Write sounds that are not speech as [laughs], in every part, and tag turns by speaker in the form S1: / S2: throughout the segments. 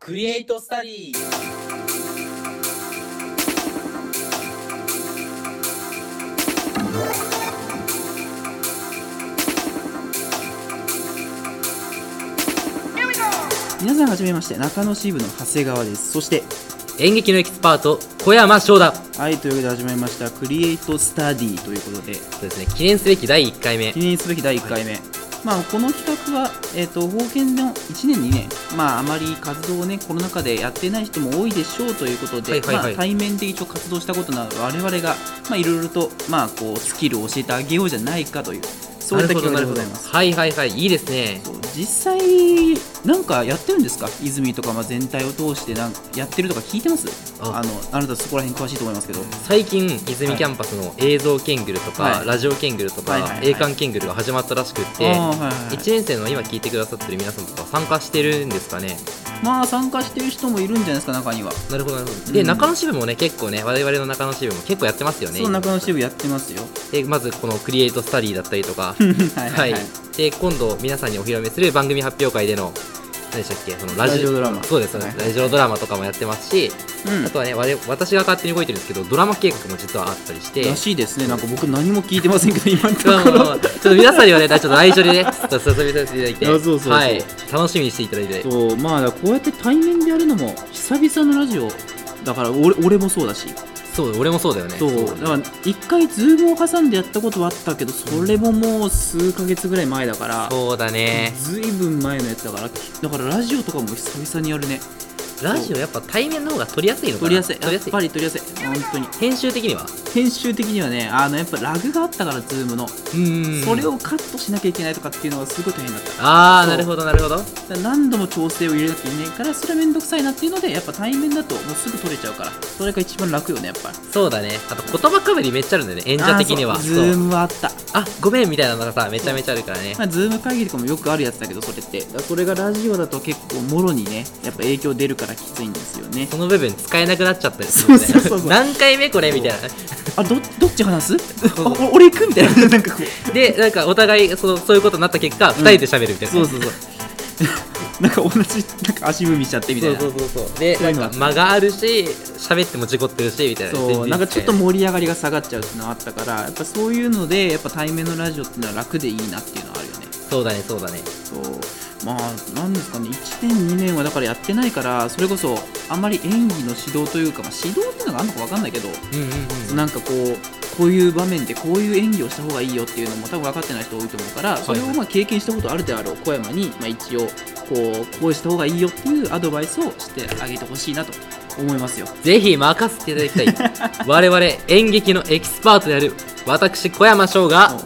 S1: クリエイトスタディ
S2: 皆さんはじめまして中野支部の長谷川ですそして
S3: 演劇のエキスパート小山翔太
S2: はいというわけで始まりましたクリエイトスタディということで
S3: そうですね記念すべき第1回目
S2: 記念すべき第1回目、まあこの企画はえっ、と方言の1年にねまああまり活動をねコロナ禍でやってない人も多いでしょうということで、
S3: はいはいはい
S2: まあ、対面で一応活動したことのある我々がまあいろいろとまあこうスキルを教えてあげようじゃないかというそういった企画でございます
S3: はいはいはいいいですね
S2: そう実際なんかやってるんですか泉とかまあ全体を通してなんかやってるとか聞いてます
S3: あ
S2: あのあなたそこら辺詳しいと思いますけど
S3: 最近泉キャンパスの映像ケングルとか、
S2: はい
S3: ラジオケングルとか、
S2: はいはいはい
S3: 映館ケングルが始まったらしくって、
S2: あーはいはいはい
S3: 1年生の今聞いてくださってる皆さんとか参加してるんですかね
S2: まあ参加してる人もいるんじゃないですか中には、
S3: なるほどなるほど
S2: う
S3: で
S2: ん
S3: 中野支部もね結構ね我々の中野支部も結構やってますよね
S2: そう中野支部やってますよ
S3: でまずこのクリエイトスタディだったりとか
S2: [laughs] はい
S3: はい、で今度皆さんにお披露目する番組発表会での何でしたっけそのラジ
S2: ラジオドラマ
S3: そうです、そうです
S2: は
S3: ラジオドラマとかもやってますし、
S2: うん
S3: あとはね我々私が勝手に動いてるんですけどドラマ計画も実はあったりして
S2: らしいですねなんか僕何も聞いてません [laughs] けど今のと
S3: まあ
S2: こ
S3: まあまあ
S2: ろ
S3: ちょっと皆さんにはね、ちょっと内緒でね、ちょっと進めさせていただいて、
S2: いやそうそうそう
S3: はい、楽しみにしていただいて、
S2: そうまあだからこうやって対面でやるのも久々のラジオだから俺俺もそうだし
S3: そう、俺もそうだよね。
S2: そうだから一回ズームを挟んでやったことはあったけどそれももう数ヶ月ぐらい前だから
S3: そうだね。
S2: ずいぶん前のやつだからだからラジオとかも久々にやるね
S3: ラジオやっぱ対面の方が撮りやすいのかな
S2: 撮りやすい
S3: 撮り
S2: や
S3: や
S2: っ
S3: すい
S2: ぱ。り撮りやすい本当に
S3: 編集的には
S2: 編集的にはねあのやっぱラグがあったからズームの
S3: うーん
S2: それをカットしなきゃいけないとかっていうのがすごい大変だった
S3: あー、
S2: そう
S3: なるほど、なるほど。
S2: だから何度も調整を入れなきゃいけないからそれめんどくさいなっていうのでやっぱ対面だともうすぐ撮れちゃうからそれが一番楽よねやっぱ
S3: そうだね。あと言葉かぶりめっちゃあるんだよね、演者的には。
S2: あーそうズ
S3: そう
S2: ームはあった
S3: あごめんみたいなのがさ、めちゃめちゃあるからね。
S2: まあ、ズーム会議とかもよくあるやつだけどそれってだからそれがラジオだと結構もろにねやっぱ影響出るからきついんですよね
S3: その部分使えなくなっちゃったりするよね
S2: そうそうそうそ
S3: [laughs]
S2: う
S3: 何回目これみたい
S2: あどどっち話す
S3: そう
S2: あお俺行くみたいな [laughs] なんかこう
S3: な。で、なんかお互いそうそういうことになった結果、二人で喋るみたいな。
S2: そうそうそうなんか同じなんか足踏みしちゃってみたいな
S3: そうそうそうそうで
S2: そう
S3: な
S2: いう
S3: ん
S2: のがあっ
S3: か
S2: た
S3: 間があるし喋っても事故ってるしみたいな全
S2: そう
S3: 然
S2: なんかちょっと
S3: 違う
S2: 盛り上がりが下がっちゃうっていうのはあったからやっぱそういうのでやっぱ対面のラジオっていうのは楽でいいなっていうのはあるよね
S3: そうだねそうだね
S2: そうまあなんですかね1年2年はだからやってないからそれこそあんまり演技の指導というか、まあ、指導っていうのがあるのか分かんないけど
S3: うんうんうん
S2: なんかこうこういう場面でこういう演技をした方がいいよっていうのも多分分かってない人多いと思うからそれをまあ経験したことあるであろう小山に、まあ、一応こうこうした方がいいよっていうアドバイスをしてあげてほしいなと思いますよ
S3: ぜひ任せていただきたい
S2: [laughs]
S3: 我々演劇のエキスパートである私小山翔が
S2: もう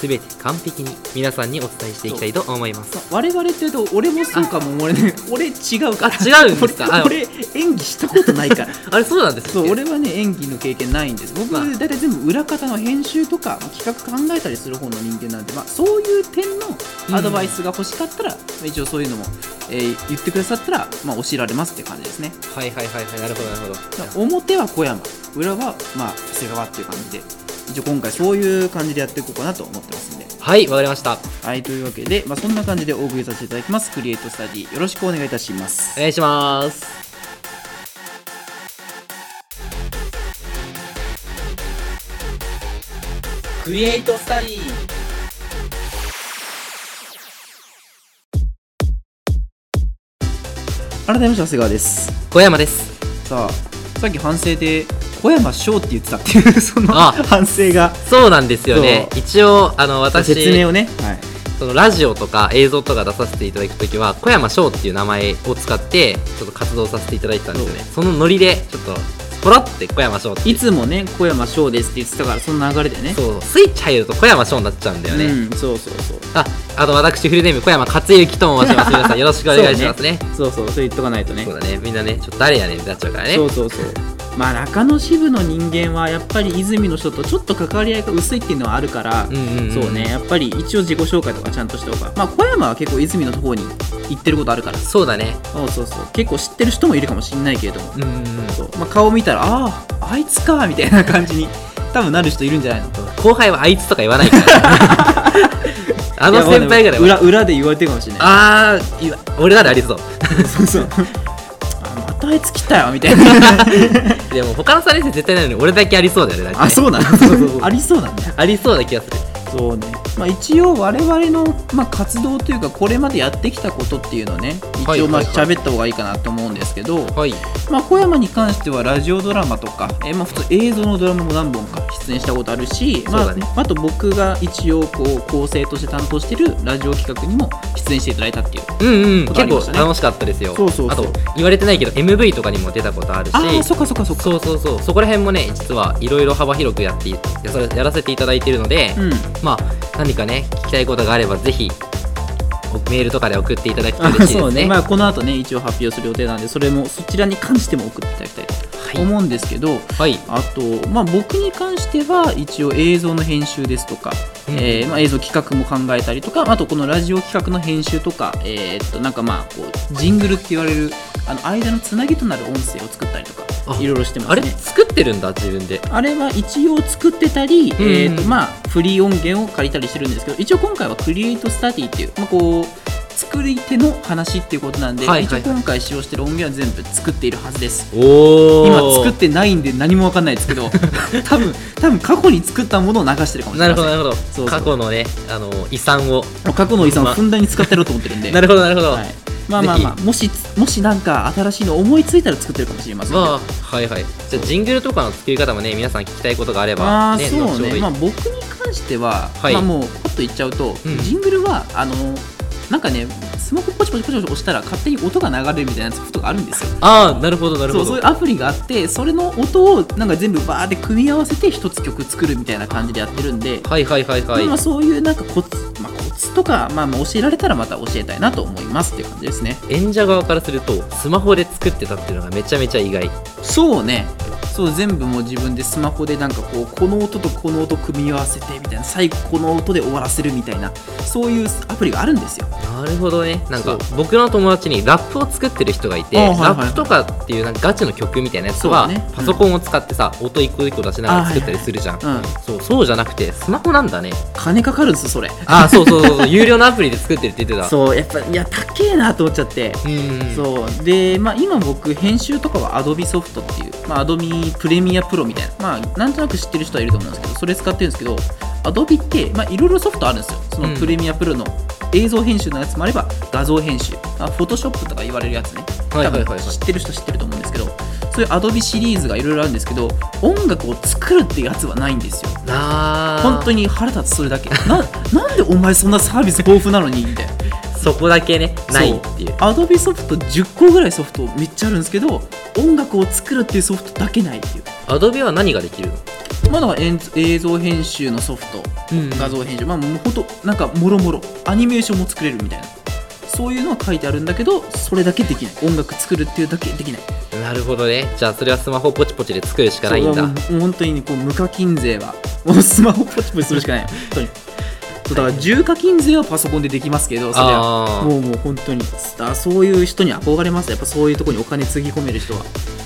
S3: 全て完璧に皆さんにお伝えしていきたいと思います
S2: そう我々って言うと俺もそうかも俺ね俺違うから
S3: あ違うんですかあ
S2: [laughs] 俺俺演技したことないから
S3: あれそうなんです
S2: そ
S3: っ
S2: う
S3: け
S2: 俺はね演技の経験ないんです僕
S3: まあ
S2: 大体全部裏方の編集とか企画考えたりする方の人間なんで、まあ、そういう点のアドバイスが欲しかったら、一応そういうのも、えー言ってくださったら、まあ、教えられますって感じですね
S3: はいはいはいはいなるほどなるほど
S2: だから表は小山裏はまあ長谷川っていう感じで一応今回そういう感じでやっていこうかなと思ってますんで
S3: はいわかりました
S2: はいというわけで、まあ、そんな感じでお送りさせていただきますクリエイトスタディよろしくお願いいたします
S3: お願いします
S1: クリエイトスタディ
S2: 改めまして長谷川です
S3: 小山です
S2: さあさっき反省で小山翔って言ってたっていう [laughs] その
S3: あ
S2: 反省が
S3: そうなんですよね
S2: そう
S3: 一応あの私
S2: 説明をね、はい、
S3: そのラジオとか映像とか出させていただくときは小山翔っていう名前を使ってちょっと活動させていただいてたんですよねそのノリでちょっとポロって小山翔って
S2: いつもね小山翔ですって言ってたからその流れでね
S3: そうスイッチ入ると小山翔になっちゃうんだよね、
S2: うん、そうそうそう
S3: ああと私フルネーム小山克之と申します皆さんよろしくお願いしますね
S2: そうそうそう言っとかないとね
S3: そうだねみんなねちょっと誰やねんってなっちゃうからね
S2: そうそうそうまあ中野支部の人間はやっぱり泉の人とちょっと関わり合いが薄いっていうのはあるから、
S3: うんうんうん
S2: そうねやっぱり一応自己紹介とかちゃんとした方がまあ小山は結構泉の方に行ってることあるから
S3: そうだね
S2: そうそうそう結構知ってる人もいるかもしんないけれども
S3: うんうんうん
S2: そうまあ、顔見たらあああいつかみたい [laughs] な感じに多分なる人いるんじゃないの [laughs]
S3: 後輩はあいつとか言わないから、ね、あの先輩ぐらいは
S2: 裏裏で言われてるかもしれない
S3: あーいや俺ならありそう
S2: そうそうあまたあいつ来たよみたいな
S3: [laughs] でも他の3年生絶対ないのに俺だけありそうだよねだってね
S2: あそうなんだ
S3: そうそうそう
S2: ありそうなんだ
S3: ありそうな気がする
S2: そうね、まあ、一応我々の、まあ、活動というかこれまでやってきたことっていうのをね
S3: はい
S2: 一応まあ
S3: はいはい
S2: 喋った方がいいかなと思うんですけど、
S3: はい
S2: まあ、小山に関してはラジオドラマとか、えーまあ、普通映像のドラマも何本か出演したことあるし、ま
S3: そう
S2: あ
S3: だね
S2: あと僕が一応こう構成として担当してるラジオ企画にも出演していただいたっていう
S3: うんうん
S2: ことあ
S3: 結
S2: りました
S3: 構
S2: ね
S3: 楽しかったですよ
S2: そうそうそう
S3: あと言われてないけど MV とかにも出たことあるし
S2: ああそっかそっかそっか
S3: そうそうそうそこら辺もね実はいろいろ幅広くやっていやそれやらせていただいているので、
S2: うん
S3: まあ何かね聞きたいことがあればぜひおメールとかで送っていただくと
S2: あ
S3: 嬉しいで
S2: [laughs] そう
S3: すね
S2: ね、まあ、この後ね一応発表する予定なんでそれもそちらに関しても送っていただきたいと思うんですけど、
S3: はい、はい、
S2: あと、まあ、僕に関しては一応映像の編集ですとか、
S3: うん
S2: えーまあ、映像企画も考えたりとかあとこのラジオ企画の編集とか、えーっとなんかまあこうジングルって言われるあの間のつなぎとなる音声を作ったりとか
S3: あ
S2: いろいろしてますね
S3: あれ作ってるんだ自分で
S2: あれは一応作ってた
S3: う
S2: り、
S3: ん
S2: えーとまあ、フリー音源を借りたりしてるんですけど一応今回はクリエイトスタディっていう,、まあ、こう作り手の話っていうことなんで、
S3: はいはいはい
S2: 一応今回使用してる音源は全部作っているはずです
S3: おお
S2: 今作ってないんで何も分かんないです
S3: [laughs]
S2: けど多分多分過去に作ったものを流してるかもしれ
S3: なるほ
S2: ない
S3: どなるほど
S2: そうそう
S3: 過去のねあの遺産を
S2: 過去の遺産をふんだんに使ってやろうと思ってるんで
S3: なるほどなるほど、
S2: はい、まあまあまあもしもしなんか新しいの思いついたら作ってるかもしれませんけど、
S3: まあはいはいじゃあジングルとかの作り方もね皆さん聞きたいことがあれば
S2: あーそう
S3: 後ほど
S2: ね、まあ、僕に関しては、
S3: はい
S2: まあ、もうパッと言っちゃうと、
S3: うん
S2: ジングルはあのなんかねスマホポチポチポチポチ押したら勝手に音が流れるみたいなことがあるんですよ
S3: あーなるほどなる
S2: そ
S3: ほ
S2: う
S3: ど
S2: そういうアプリがあってそれの音をなんか全部バーって組み合わせて一つ曲作るみたいな感じでやってるんで、
S3: はいはいはいはい、
S2: まあ、そういうなんかコツ、まあ、コツとか、まあ、まあ教えられたらまた教えたいなと思いますっていう感じですね
S3: 演者側からするとスマホで作ってたっていうのがめちゃめちゃ意外
S2: そうねそう全部もう自分でスマホでなんかこうこの音とこの音組み合わせてみたいな最後この音で終わらせるみたいなそういうアプリがあるんですよ
S3: なるほどねなん
S2: そ
S3: か
S2: う
S3: 僕の友達にラップを作ってる人がいて、
S2: あーはいはいはい
S3: ラップとかっていうなんかガチの曲みたいなやつは、
S2: そうだねうん
S3: パソコンを使ってさ音一個一個出しなが
S2: あー
S3: ら作ったりするじゃん、
S2: うん
S3: そうそうじゃなくてスマホなんだね
S2: 金かかるんですよそれ
S3: あ
S2: [laughs]
S3: あそうそうそうそう有料のアプリで作ってるって言ってた
S2: そうやっぱいや高えなと思っちゃって
S3: ううんう
S2: そうで、まあ、今僕編集とかは Adobe ソフトっていう、まあ、Adobe プレミアプロみたいな、まあ、なんとなく知ってる人はいると思うんですけどそれ使ってるんですけど Adobe って、まあ、いろいろソフトあるんですよその
S3: うん
S2: プレミアプロの映像編集のやつもあれば画像編集、まあ、Photoshop とか言われるやつね
S3: はいはい
S2: 多
S3: はい
S2: 分
S3: はい
S2: 知ってる人知ってると思うんですけどそういう Adobe シリーズがいろいろあるんですけど音楽を作るってやつはないんですよ
S3: あー
S2: 本当に腹立つそれだけななんでお前そんなサービス豊富なのにみたいな
S3: そこだけねないっていう
S2: アドビソフト10個ぐらいソフトめっちゃあるんですけど音楽を作るっていうソフトだけないっていう
S3: アドビは何ができるの
S2: まあだからえん映像編集のソフト
S3: うん
S2: 画像編集まあもうほんとなんかもろもろアニメーションも作れるみたいなそういうのは書いてあるんだけどそれだけできない音楽作るっていうだけできない
S3: なるほどねじゃあそれはスマホポチポチで作るしかないん
S2: そ
S3: だ
S2: うもうもう本当にねこう無課金税はもうスマホポチポチするしかない本当にそうだから重課金税はパソコンでできますけどそれは
S3: あー
S2: もうもう本当にあそういう人に憧れますやっぱそういうところにお金つぎ込める人は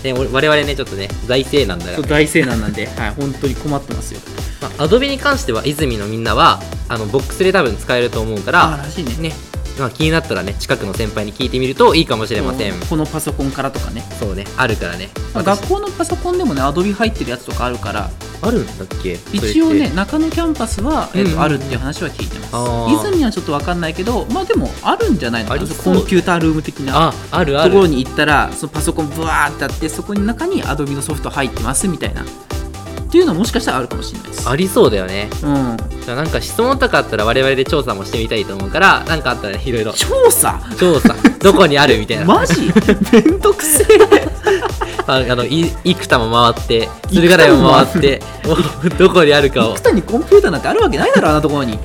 S3: ね俺我々ねちょっとね財政難だ
S2: そう
S3: よ
S2: 大西難なんで、はい、本当に困ってますよ。
S3: まあ、アドビに関しては泉のみんなはあのボックスで多分使えると思うから
S2: あらしいね。
S3: ね、まあ、気になったらね近くの先輩に聞いてみるといいかもしれません
S2: このこのパソコンからとかね。
S3: そうねあるからね
S2: まあ学校のパソコンでもね、アドビ入ってるやつとかあるから、
S3: あるんだっけ
S2: 一応ね、
S3: それって
S2: 中野キャンパスは、え
S3: う
S2: っ
S3: んうんう
S2: と
S3: ん
S2: あるっていう話は聞いて
S3: あ
S2: ま
S3: ー
S2: す。泉はちょっと分かんないけど、まあでも、あるんじゃないのか
S3: あ
S2: な、
S3: りそう
S2: コンピュータールーム的な。
S3: ああるあ
S2: ところ
S3: る
S2: に行ったらそのパソコンブワーってあってそこの中にアドビのソフト入ってますみたいなっていうのもしかしたらあるかもしれないです
S3: ありそうだよね
S2: うん
S3: じゃあなんか質問とかあったら我々で調査もしてみたいと思うからなんかあったらねいろい
S2: [laughs]
S3: ろ
S2: 調査
S3: 調査どこにあるみたいな、
S2: マ [laughs] ジめんどくせえ
S3: あ、あのい幾多も回って駿河台も回ってもうどこにあるかを
S2: 奥谷コンピューターなんてあるわけないだろあんなところに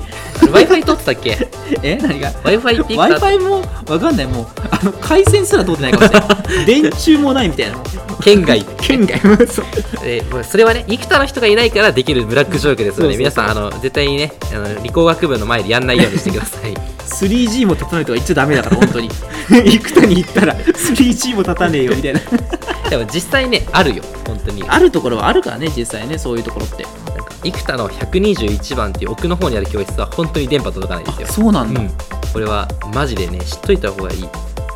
S3: w i f i 通ってたっけ
S2: え何が
S3: w i f i ってい
S2: w
S3: く
S2: i
S3: つ
S2: f
S3: か
S2: i もわかんないもうあの回線すら通ってないかもしれ
S3: [laughs]
S2: ない電柱もないみたいな
S3: 県外
S2: 県
S3: [laughs]
S2: 外そう
S3: えーまあそれはね幾多の人がいないからできるブラックジョークですので、
S2: そうそう
S3: 皆
S2: そう
S3: さんあの絶対にねあの理工学部の前でやんないようにしてください
S2: 3G も立たないとか言っちゃダメだから本
S3: [laughs]
S2: 当に幾多に行ったら 3G も立たねえよみたいな
S3: でも実際ねあるよ本当になんか
S2: あるところはあるからね実際ねそういうところって
S3: 幾生田の121番っていう奥の方にある教室は本当に電波届かないんです
S2: あ
S3: よ
S2: そうなんだ、
S3: うんこれはマジでね知っといた方がいい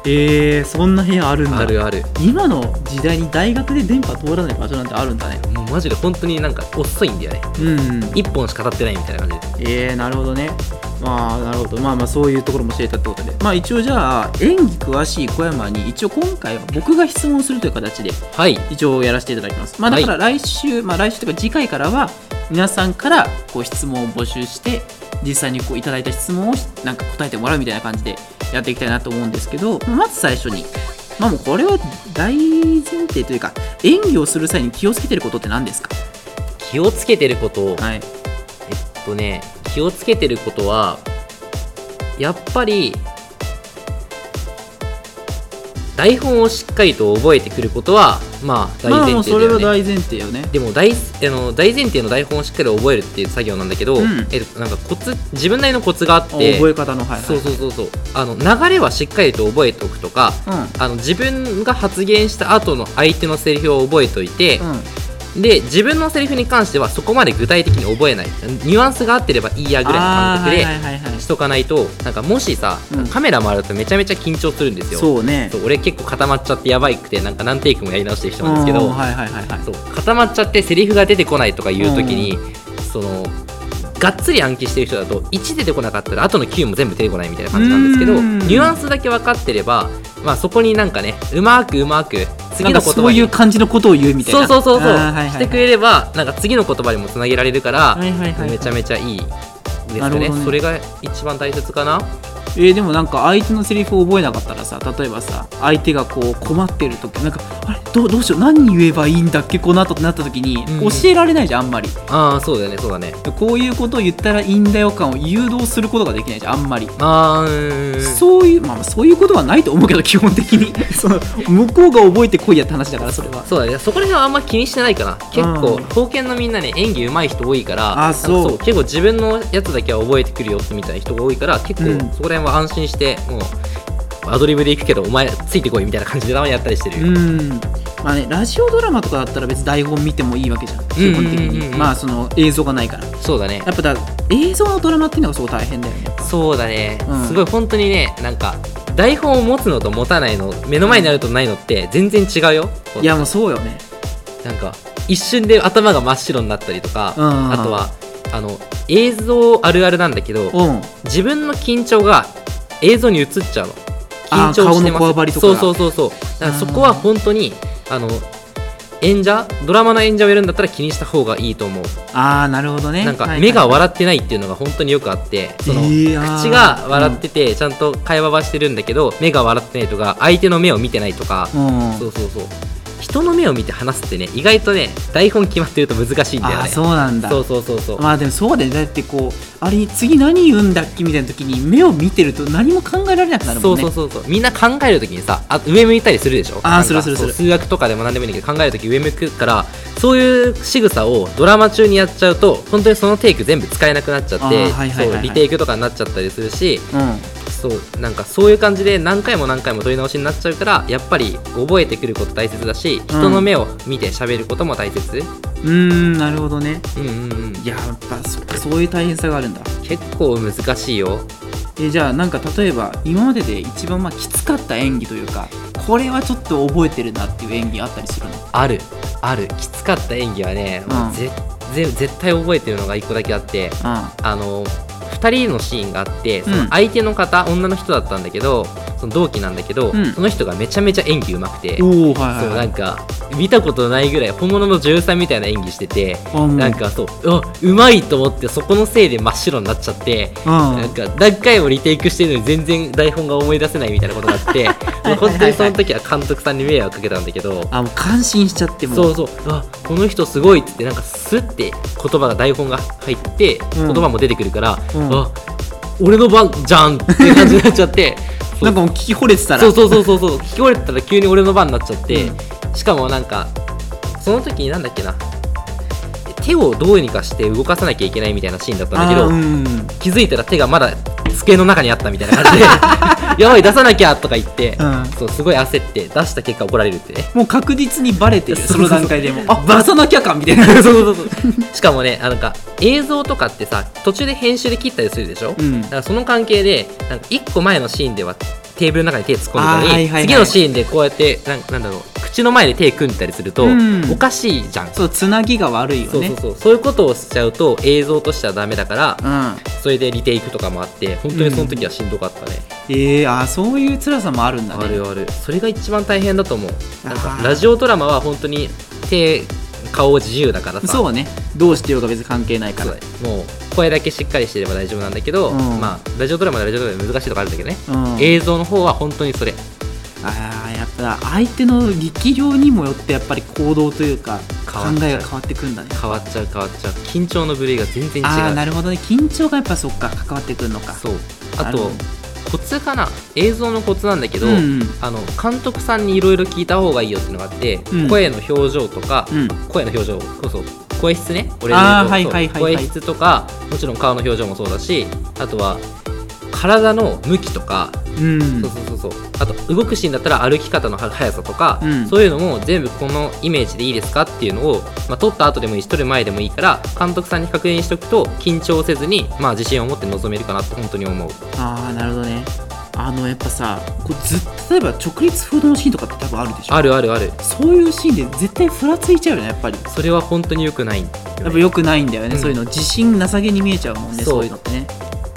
S2: えー、そんな部屋あるんだ
S3: あるある
S2: 今の時代に大学で電波通らない場所なんてあるんだね
S3: もうマジで本当になんか遅いんだよね
S2: うん
S3: 一本しか経ってないみたいな感じで
S2: えー、なるほどねまあなるほどまあまあそういうところも知れたってことでまあ一応じゃあ演技詳しい小山に一応今回は僕が質問するという形で
S3: はい
S2: 一応やらせていただきますまあだから来週、まあ来週というか次回からは皆さんからこう質問を募集して実際にこういただいた質問をなんか答えてもらうみたいな感じでやっていきたいなと思うんですけどまず最初にまあもうこれは大前提というか演技をする際に気をつけてることって何ですか
S3: 気をつけてることを
S2: は
S3: え
S2: い
S3: っとね気をつけてることはやっぱり台本をしっかりと覚えてくることはまあ大
S2: まあも
S3: 前
S2: う
S3: 提
S2: そ
S3: だ
S2: れは
S3: よね、
S2: 大前提よね
S3: でも大あの大前提の台本をしっかり覚えるっていう作業なんだけど、
S2: うん
S3: えっと、なんかコツ自分なりのコツがあっ
S2: あ
S3: て
S2: 覚え方のはいはい
S3: そうそうそうそうあの流れはしっかりと覚えておくとか
S2: う
S3: あの自分が発言した後の相手のセリフを覚えておいて、
S2: ん、うん、
S3: で自分のセリフに関してはそこまで具体的に覚えないニュアンスが合ってればいいやぐらいの感覚
S2: あーは
S3: で
S2: いはいはいはい
S3: しとかないとなんかもしさ、
S2: うん
S3: カメラ回るとめちゃめちゃ緊張するんですよ
S2: そうね
S3: そう俺結構固まっちゃってやばいくてなんか何テイクもやり直してる人なんですけ
S2: う
S3: ど、
S2: んはいはいはいはい
S3: そう固まっちゃってセリフが出てこないとかいう時に、そのがっつり暗記してる人だと1出てこなかったら後の9も全部出てこないみたいな感じなんですけ
S2: う
S3: ど
S2: ん
S3: ニュアンスだけ分かってれば、まあ、そこになんかねうまくうまく次
S2: なんか
S3: の言葉に
S2: そういう感じのことを言うみたい
S3: そう
S2: な
S3: そうそうそう、
S2: あーはいはいはい
S3: してくれればなんか次の言葉にもつなげられるから、
S2: はいはいはい
S3: めちゃめちゃいいです
S2: な
S3: よ
S2: るほ
S3: ね
S2: どね
S3: それが一番大切かな
S2: えーでもなんか相手のセリフを覚えなかったらさ例えばさ相手がこう困ってる時なんかあれどうどうしよう何言えばいいんだっけこの後ってなった時に
S3: うん
S2: 教えられないじゃんあんまり
S3: ああそうだよねそうだね
S2: こういうことを言ったらいいんだよ感を誘導することができないじゃんあんまり
S3: あーうーん
S2: そういうまあまあそういうことはないと思うけど基本的
S3: [laughs]
S2: にその向こうが覚えてこいやって話だからそれは
S3: そうだねそこら辺はあんま気にしてないかな結構刀剣のみんなね演技上手い人多いから
S2: あそう
S3: なんか結構自分のやつだけは覚えてくるよみたいな人が多いから結構
S2: うん
S3: そこら辺は安心してもうアドリブで行くけどお前ついてこいみたいな感じでたまにやったりしてる、
S2: うんまあねラジオドラマとかだったら別に台本見てもいいわけじゃん基本的
S3: うんうんうんう
S2: に
S3: ん
S2: まあその映像がないから
S3: そうだね
S2: やっぱだ映像のドラマっていうのがすごい大変だよね
S3: そうだね、
S2: うん
S3: すごい本当にねなんか台本を持つのと持たないの目の前にあるとないのって全然違うよ
S2: いやもうそうよね
S3: なんか一瞬で頭が真っ白になったりとか、
S2: うん
S3: あとはあの映像あるあるなんだけど
S2: うん
S3: 自分の緊張が映像に映っちゃうの
S2: あー
S3: 緊張して
S2: 顔の
S3: ま
S2: こわ
S3: す
S2: ばりとか
S3: そう
S2: が
S3: そうそうそうだからそこは本当にあの演者ドラマの演者をやるんだったら気にした方がいいと思う
S2: ああなるほどね
S3: なんか
S2: はいはい
S3: 目が笑ってないっていうのが本当によくあってその
S2: いやー
S3: 口が笑っててちゃんと会話はしてるんだけど目が笑ってないとか相手の目を見てないとか
S2: うん
S3: そうそうそう人の目を見て話すってね意外とね台本決まってると難しいんだよ
S2: ああ
S3: ね
S2: そうなんだ
S3: そうそうそうそう
S2: まあでもそうだよねだってこうあれ次何言うんだっけみたいな時に目を見てると何も考えられなくなる
S3: そ
S2: もん
S3: う
S2: ね
S3: そうそうそうみんな考えるときにさあ上向いたりするでしょ
S2: あー
S3: なんか
S2: するするする
S3: そう数学とかでも何でもいいんだけど考えるとき上向くからそういう仕草をドラマ中にやっちゃうと本当にそのテイク全部使えなくなっちゃっ
S2: あ
S3: て
S2: ーはいはいはいはい
S3: そうリテイクとかになっちゃったりするし
S2: うん
S3: そうなんかそういう感じで何回も何回も撮り直しになっちゃうからやっぱり覚えてくること大切だし人の目を見て喋ることも大切、
S2: うーんなるほどね
S3: うん、うんうん
S2: いややっぱそっかそういう大変さがあるんだ
S3: 結構難しいよ
S2: えじゃあなんか例えば今までで一番まあきつかった演技というかこれはちょっと覚えてるなっていう演技あったりするの
S3: あるあるきつかった演技はね、
S2: うん
S3: もうぜぜ絶対覚えてるのが1個だけあって
S2: あ
S3: あの2人のシーンがあってそ
S2: うん
S3: の相手の方、女の人だったんだけどその同期なんだけど、
S2: うん
S3: その人がめちゃめちゃ演技うまくて、
S2: おおはい
S3: そう
S2: はいは
S3: ないんか見たことないぐらい本物の女優さんみたいな演技してて、
S2: あもう
S3: なんかそううわうまいと思ってそこのせいで真っ白になっちゃって。
S2: うん
S3: なんか何回もリテイクしてるのに全然台本が思い出せないみたいなことがあってもう本当にその時は監督さんに迷惑かけたんだけど
S2: あもう感心しちゃってもう
S3: そうそうあこの人すごいっつってなんかスッて言葉が台本が入って、
S2: う
S3: 言
S2: ん
S3: 葉も出てくるから、
S2: うん
S3: あ俺の番じゃんって感じになっちゃって
S2: なんかもう聞き惚れてたら
S3: そうそうそうそうそう聞こえたら急に俺の番になっちゃって、しかもなんかその時になんだっけな手をどうにかして動かさなきゃいけないみたいなシーンだったんだけ
S2: あ
S3: ど、
S2: ーうん
S3: 気づいたら手がまだ机の中にあったみたいな感じ
S2: [laughs]
S3: でやばい出さなきゃとか言って、
S2: うん
S3: そうすごい焦って出した結果怒られるってね
S2: もう確実にバレてる
S3: そ
S2: そ
S3: うそうそう
S2: の段階でもうあ出さなきゃかみたいな [laughs] そうそうそう
S3: しかもねあのなんか映像とかってさ途中で編集で切ったりするでしょ、
S2: うん
S3: だからその関係でなんか1個前のシーンではテーブルの中に手突っ込んでたのに、
S2: あーはいはいはい
S3: 次のシーンでこうやってなんなんだろう口の前で手組んだりすると、
S2: うん
S3: おかしいじゃん
S2: そうつなぎが悪いよ
S3: そう
S2: ね
S3: そうそうそういうことをしちゃうと映像としてはダメだから、
S2: うん
S3: それでリテイクとかもあって本当にその時はしんどかったね、
S2: えー、あーそういう辛さもあるんだね
S3: あるあるそれが一番大変だと思うなん
S2: あ
S3: か
S2: ー
S3: ラジオドラマは本当に手顔自由だからさ
S2: そうねどうしてようが別に関係ないか
S3: そ
S2: ら
S3: うもう声だけしっかりしてれば大丈夫なんだけど、
S2: うん
S3: まあラジオドラマはラジオドラマで難しいとかあるんだけどね、
S2: うん、
S3: 映像の方は本当にそれ
S2: あーやっぱ相手の力量にもよってやっぱり行動というか考
S3: 変わっちゃう
S2: えが変わってくるんだね
S3: 変わっちゃう変わっちゃう緊張の部類が全然違う
S2: ああなるほどね緊張がやっぱそっか関わってくるのか
S3: そうあ
S2: なるほ
S3: と
S2: ど
S3: コツかな映像のコツなんだけど、
S2: うん
S3: あの監督さんにいろいろ聞いた方がいいよっていうのがあって、
S2: うん
S3: 声の表情とか、
S2: うん
S3: 声の表情こそ声質ね俺
S2: あー
S3: で言うと
S2: はいはい
S3: そう
S2: はいはい
S3: 声質とかもちろん顔の表情もそうだしあとは体の向きとか、
S2: うん
S3: そうそうそうそうあと動くシーンだったら歩き方の速さとか、
S2: うん
S3: そういうのも全部このイメージでいいですかっていうのを、まあ、撮った後でもいいし撮る前でもいいから監督さんに確認しておくと緊張せずに、まあ、自信を持って臨めるかなって本当に思う
S2: ああなるほどねあのやっぱさこうずっと例えば直立不動のシーンとかって多分あるでしょ
S3: あるあるある
S2: そういうシーンで絶対ふらついちゃうよねやっぱり
S3: それは本当に良くないんだよね
S2: やっぱ良くないんだよね、
S3: うん
S2: そういうの自信なさげに見えちゃうもん
S3: そ
S2: ね
S3: う
S2: そういうのってね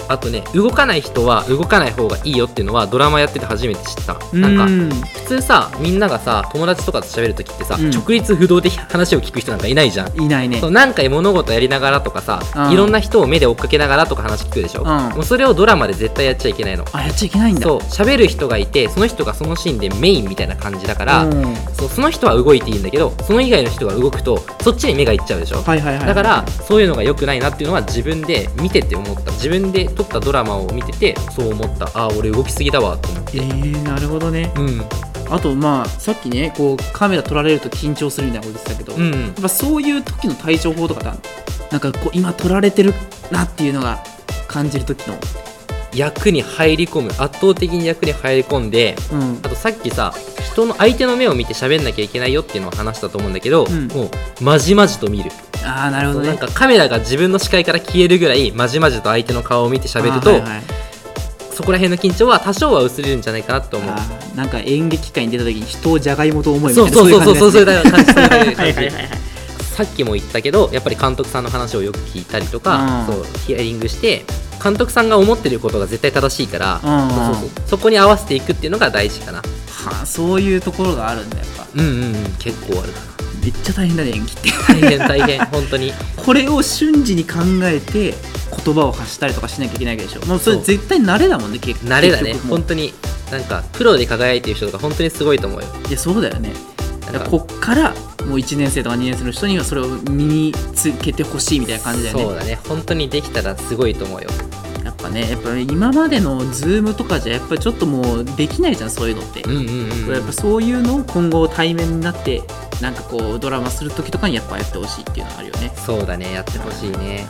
S3: あとね動かない人は動かない方がいいよっていうのはドラマやってて初めて知った
S2: う
S3: なんか
S2: ん
S3: 普通さみんながさ友達とかと喋る時ってさ、
S2: うん
S3: 直立不動で話を聞く人なんかいないじゃん
S2: いないね
S3: そう何回物事やりながらとかさ、
S2: うん
S3: いろんな人を目で追っかけながらとか話聞くでしょ、
S2: ん
S3: もうそれをドラマで絶対やっちゃいけないの
S2: あやっちゃいけないんだ
S3: そう喋る人がいてその人がそのシーンでメインみたいな感じだから、
S2: うんはい
S3: そうその人は動いていいんだけどその以外の人が動くとそっちに目がいっちゃうでしょ、
S2: はいはいはい
S3: だからそういうのが良くないなっていうのは自分で見てて思った自分で撮ったドラマを見ててそう思ったああ俺動きすぎだわと思っ
S2: え
S3: て
S2: ー、なるほどね
S3: うん
S2: あとまあさっきねこうカメラ撮られると緊張するみたいなこと言ってたけど、
S3: うん
S2: やっぱそういう時の対処法とかってあるなんかこう今撮られてるなっていうのが感じる時の
S3: 役に入り込む圧倒的に役に入り込んで
S2: うん
S3: あとさっきさ人の相手の目を見て喋んなきゃいけないよっていうのを話したと思うんだけど、
S2: うん
S3: もうまじまじと見る
S2: ああなるほ
S3: そ
S2: ど
S3: うなん
S2: ね
S3: かカメラが自分の視界から消えるぐらいまじまじと相手の顔を見て喋ると、
S2: あーはいはい
S3: そこら辺の緊張は多少は薄れるんじゃないかなと思う
S2: あーなんか演劇界に出た時に人をじゃがいもと思いみた
S3: そ
S2: いうな
S3: そうそうそうそうそう
S2: い
S3: いう感じそう
S2: 感
S3: い
S2: じ
S3: う
S2: は
S3: 感
S2: い
S3: じ
S2: はいはいはい
S3: さっきも言ったけどやっぱり監督さんの話をよく聞いたりとか、
S2: うん
S3: そうヒアリングして監督さんが思ってることが絶対正しいから、
S2: うん
S3: そうそうそうそこに合わせていくっていうのが大事かな
S2: はあそういうところがあるんだやっぱ
S3: うんうんうん結構あるか
S2: めっちゃ大変だね演技って
S3: な大変大変本当に
S2: これを瞬時に考えて言葉を発したりとかしなきゃいけないわけでしょもうそれ
S3: そう
S2: 絶対慣れだもんね結
S3: 慣れだね
S2: 結局もう
S3: 本当になんかプロで輝いてる人とか本当にすごいと思うよ
S2: いやそうだよね
S3: なん
S2: だか
S3: から
S2: こっからもう1年生とか2年生の人にはそれを身につけてほしいみたいな感じだよね
S3: そうだね本当にできたらすごいと思うよ
S2: やっぱねやっぱ今までのズームとかじゃやっぱりちょっともうできないじゃんそういうのって、
S3: うんうんうん
S2: やっぱそういうのを今後対面になってなんかこうドラマする時とかにやっぱやってほしいっていうのはあるよね
S3: そうだねやってほしいね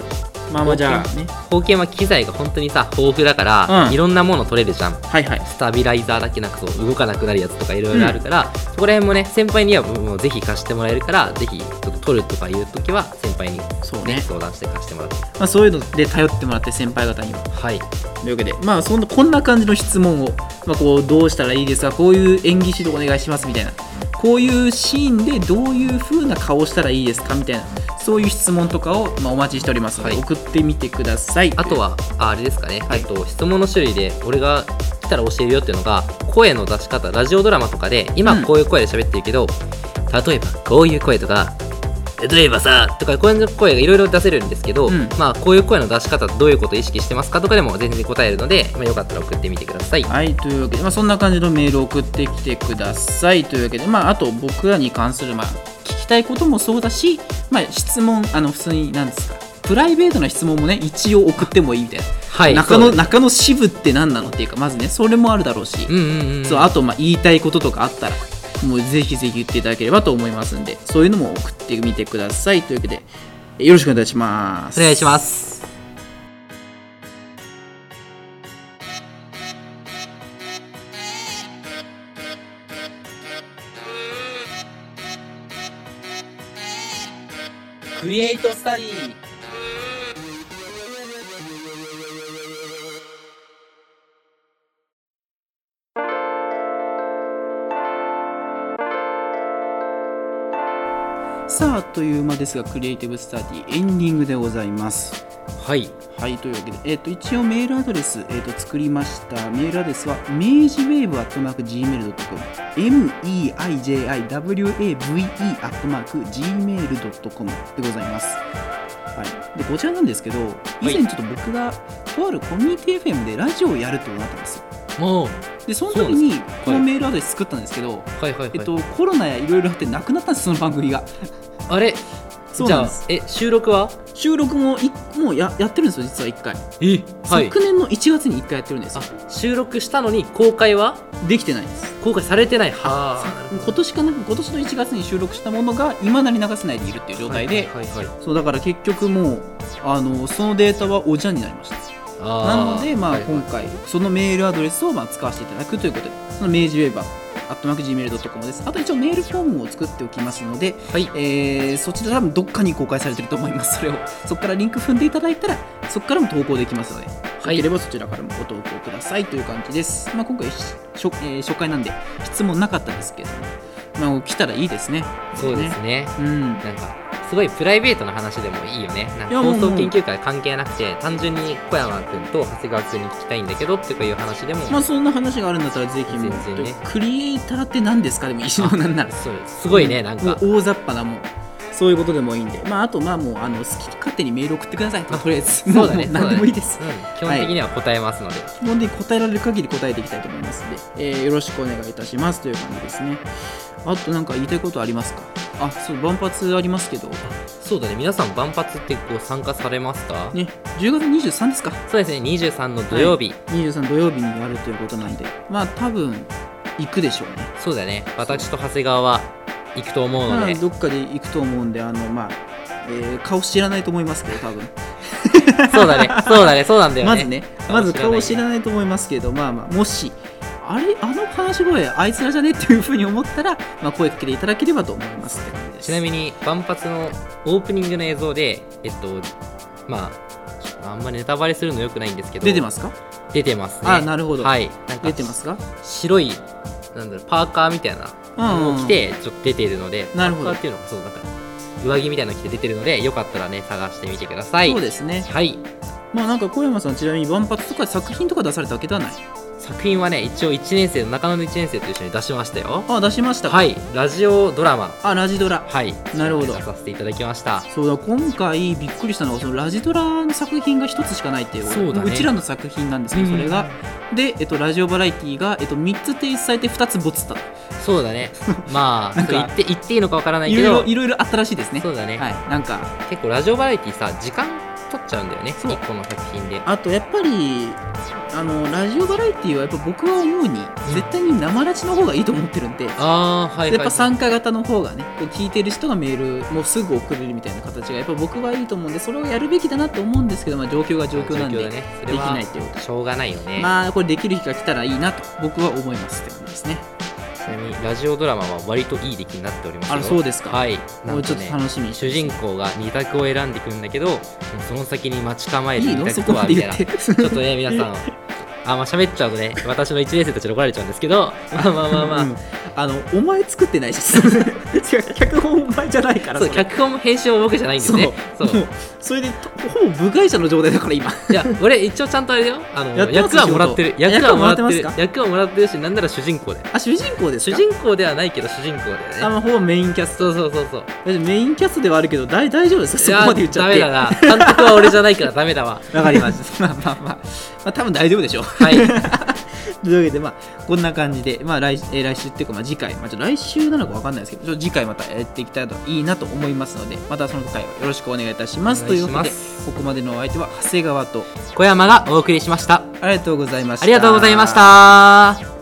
S2: まあ
S3: まあじゃあ
S2: ね
S3: 貢献は機材が本当にさ豊富だから、
S2: うん
S3: いろんなもの取れるじゃん
S2: はいはい
S3: スタビライザーだけなんかそう動かなくなるやつとかいろいろあるから、そこら辺もね先輩にはもうぜひ貸してもらえるからぜひちょっと取るとかいう時は先輩に、ね
S2: そうね
S3: 相談して貸してもらって
S2: まあ、そういうので頼ってもらって先輩方には
S3: はい
S2: というわけでまあそんなこんな感じの質問を、まあ、こうどうしたらいいですかこういう演技指導お願いしますみたいなこういうシーンでどういう風な顔をしたらいいですかみたいなそういう質問とかを、まあ、お待ちしておりますので、
S3: はい
S2: 送ってみてください
S3: あとはああれですかね、
S2: はい
S3: えっと質問の種類で俺が来たら教えるよっていうのが声の出し方ラジオドラマとかで
S2: う
S3: 今
S2: ん
S3: こういう声で喋ってるけど、例えばこういう声とか例えばさとかこういう声がいろいろ出せるんですけど、
S2: うん
S3: まあこういう声の出し方どういうことを意識してますかとかでも全然答えるので、まあ、よかったら送ってみてください
S2: はい、というわけで、まあ、そんな感じのメールを送ってきてくださいというわけで、まあ、あと僕らに関する、まあ、聞きたいこともそうだし、まあ、質問あの普通に何ですかプライベートな質問もね一応送ってもいいみたいな、
S3: はい
S2: 中野
S3: そうです
S2: 中野支部って何なのっていうかまずねそれもあるだろうし、
S3: うんうんうん
S2: そうあとまあ言いたいこととかあったらもうぜひぜひ言っていただければと思いますんでそういうのも送ってみてくださいというわけでよろしくお願いします
S3: お願いします
S1: クリエイトスタディ
S2: さあという間ですがクリエイティブスタディエンディングでございます
S3: はい
S2: はいというわけで、えっと一応メールアドレス、えっと作りましたメールアドレスは明治ウェーブアットマーク Gmail.com meijiwave アットマーク Gmail.com でございます、はい、でこちらなんですけど以前
S3: はい
S2: ちょっと僕がとあるコミュニティ FM でラジオをやるってことだったんですよ
S3: もう
S2: でその
S3: そうな
S2: 時
S3: んで
S2: にこのメールアドレス作ったんですけど、
S3: はいはいはい、
S2: えっと、コロナやいろいろあってなくなったんですその番組が
S3: あれ
S2: そう
S3: じ
S2: な
S3: ゃ
S2: んで
S3: あ
S2: す
S3: え収録は
S2: 収録もいもうややってるんですよ実は1回、
S3: えはい
S2: 昨年の1月に1回やってるんですよ
S3: あ収録したのに公開は
S2: できてないです
S3: 公開されてないは
S2: 今年かな今年の1月に収録したものがいまだに流せないでいるっていう状態で、
S3: はいはいはい
S2: そうだから結局もうあのそのデータはおじゃんになりましたな
S3: あー
S2: ので、まあ
S3: はいはい
S2: 今回そのメールアドレスをまあ使わせていただくということでその明治ウェーバーアットマーク Gmail.com ですあと一応メールフォームを作っておきますので、
S3: はい
S2: えーそちら多分どっかに公開されてると思いますそれをそこからリンク踏んでいただいたらそこからも投稿できますので、
S3: い
S2: よければそちらからもご投稿くださいという感じです、まあ、今回し初,、えー初回なんで質問なかったですけれども、まあ、来たらいいですね
S3: そうですね
S2: うん
S3: なんかすごいプライベートな話でもいいよねなん
S2: いや
S3: か
S2: もう
S3: 放送研究会関係なくて単純に小山君と長谷川君に聞きたいんだけどっていう話でも、
S2: まあそんな話があるんだったらぜ
S3: [laughs]
S2: ひもう
S3: 全然ね
S2: クリエイターって何ですかでも一緒なんなら
S3: そうすごいねなん
S2: も
S3: か
S2: う大雑把なもうそういうことでもいいんでまああとまあもうあの好き勝手にメール送ってくださいととりあえず
S3: そうだねそう
S2: も
S3: う
S2: 何
S3: だ
S2: で
S3: ね
S2: もいいです
S3: うん基本的には答えますので、
S2: 基本的に答えられる限り答えていきたいと思いますので、えーよろしくお願いいたしますという感じですねあとなんか言いたいことありますかあそう万発ありますけど
S3: そうだね皆さん万発ってこう参加されますか、
S2: ね10月23ですか
S3: そうですね23の土曜日、
S2: 23土曜日にやるということなんでまあ多分行くでしょうね
S3: そうだね私と長谷川は行くと思うの
S2: まあ
S3: で、
S2: どっかで行くと思うんであのまあ、えー顔知らないと思いますけど多分
S3: そうだねそうだねそうなんだよね
S2: まずね、まず顔
S3: 顔
S2: 知
S3: 知
S2: ら
S3: ら
S2: ないと思いますけど、まあまあ、もし、あれ、あの話し声、あいつらじゃねっていうふうに思ったら、まあ、声かけていただければと思いますって感じです。
S3: ちなみに万発のオープニングの映像でえっとまああんまりネタバレするのよくないんですけど
S2: 出てますか
S3: す出てますね
S2: あなるほど
S3: はいなんか
S2: 出てますか
S3: 白いなんだろうパーカーみたいな
S2: うんう
S3: の
S2: ん
S3: を着てちょっと出ているので、
S2: なるほ
S3: パ
S2: ど
S3: ーカーっていうのがそうなんか上着みたいなの着て出てるのでよかったらね探してみてください
S2: そうですね。
S3: はい
S2: まあなんか小山さん、ちなみに万発とか作品とか出されたわけではない。
S3: 作品はね一応1年生の中野の1年生と一緒に出しましたよ
S2: あ、出しましたか。
S3: はいラジオドラマ
S2: あ、ラジドラ。
S3: はい
S2: なるほど
S3: 出させていただきました
S2: そうだ今回びっくりしたのがそのラジドラの作品が一つしかないっていう
S3: そうだね
S2: ちらの作品なんですねそれが、で、えっと、ラジオバラエティーが、えっと、3つ提出されて2つボツったと
S3: そうだ
S2: [laughs]
S3: ねまあ
S2: なんか
S3: そう言って言っていいのかわからない
S2: い
S3: け
S2: ろい
S3: ど
S2: ろいろいろあったらしいですね
S3: そうだね、
S2: はいなんか
S3: 結構ラジオバラエティさ時間取っちゃうんだよね
S2: そう
S3: 一個の作品で
S2: あとやっぱりあのラジオバラエティーはやっぱ僕は思うに絶対に生ラジの方がいいと思ってるんで、
S3: あーはいはい
S2: やっぱ参加型の方がねこう聞いてる人がメールもうすぐ送れるみたいな形がやっぱ僕はいいと思うんでそれをやるべきだなと思うんですけど、まあ、状況が状況なんで、
S3: 状況だねそ
S2: で
S3: れ
S2: き
S3: は
S2: ないっていうこと
S3: しょうがないよね、
S2: まあこれできる日が来たらいいなと僕は思いますって感じですね
S3: ちなみにラジオドラマは割といい出来になっておりますよ
S2: あそうですか
S3: はいなん
S2: もうち
S3: と
S2: ょっと
S3: ね
S2: 楽しみにして
S3: 主
S2: ます
S3: 人公が2択を選んでくるんだけどその先に待ち構える
S2: いい
S3: 2
S2: の
S3: 択
S2: そことま
S3: は
S2: で
S3: みたい
S2: 言
S3: な
S2: って
S3: ちょっとね皆さん
S2: [laughs]
S3: あまあ喋っちゃうとね私の1年生たちに怒られちゃうんですけどまあ [laughs] まあまあまあ、
S2: うんあのお前作ってないし [laughs] 違う脚本お前じゃないから
S3: そう
S2: れ
S3: 脚本も編集も僕じゃないんですね
S2: そうもうそれでとほぼ部外者の状態だから今
S3: いや俺一応ちゃんとあれだよあの
S2: やってます
S3: 役はもらってる
S2: 仕事
S3: 役はもらって
S2: 役はもらって
S3: る
S2: ます
S3: 役はもらってるしなんなら主人公だよ
S2: あ主人公です
S3: 主
S2: か
S3: 人公ではないけど主人公だ
S2: あ
S3: よね
S2: のほぼメインキャスト
S3: そうそうそうそう
S2: だってメインキャストではあるけど大大丈夫ですかそ
S3: いや
S2: こまで言っちゃ
S3: ダ
S2: っ
S3: メだ
S2: て
S3: な監督は俺じゃないからダメだわ
S2: わかりましたま [laughs] あまあまあ、まあ、多分大丈夫でしょう [laughs]
S3: はい
S2: というわけでまあこんな感じでまあ来,、えー来週っていうかまあ次回、まあ、ちょっと来週なのかわかんないですけどちょっと次回またやっていきたいといいなと思いますのでまたその回はよろしくお願いいたします
S3: お
S2: と
S3: 願
S2: い
S3: いうし
S2: わ
S3: ま
S2: けですここまでのお相手は長谷川と
S3: 小山がお送りしました
S2: ありがとうございました
S3: ありがとうございました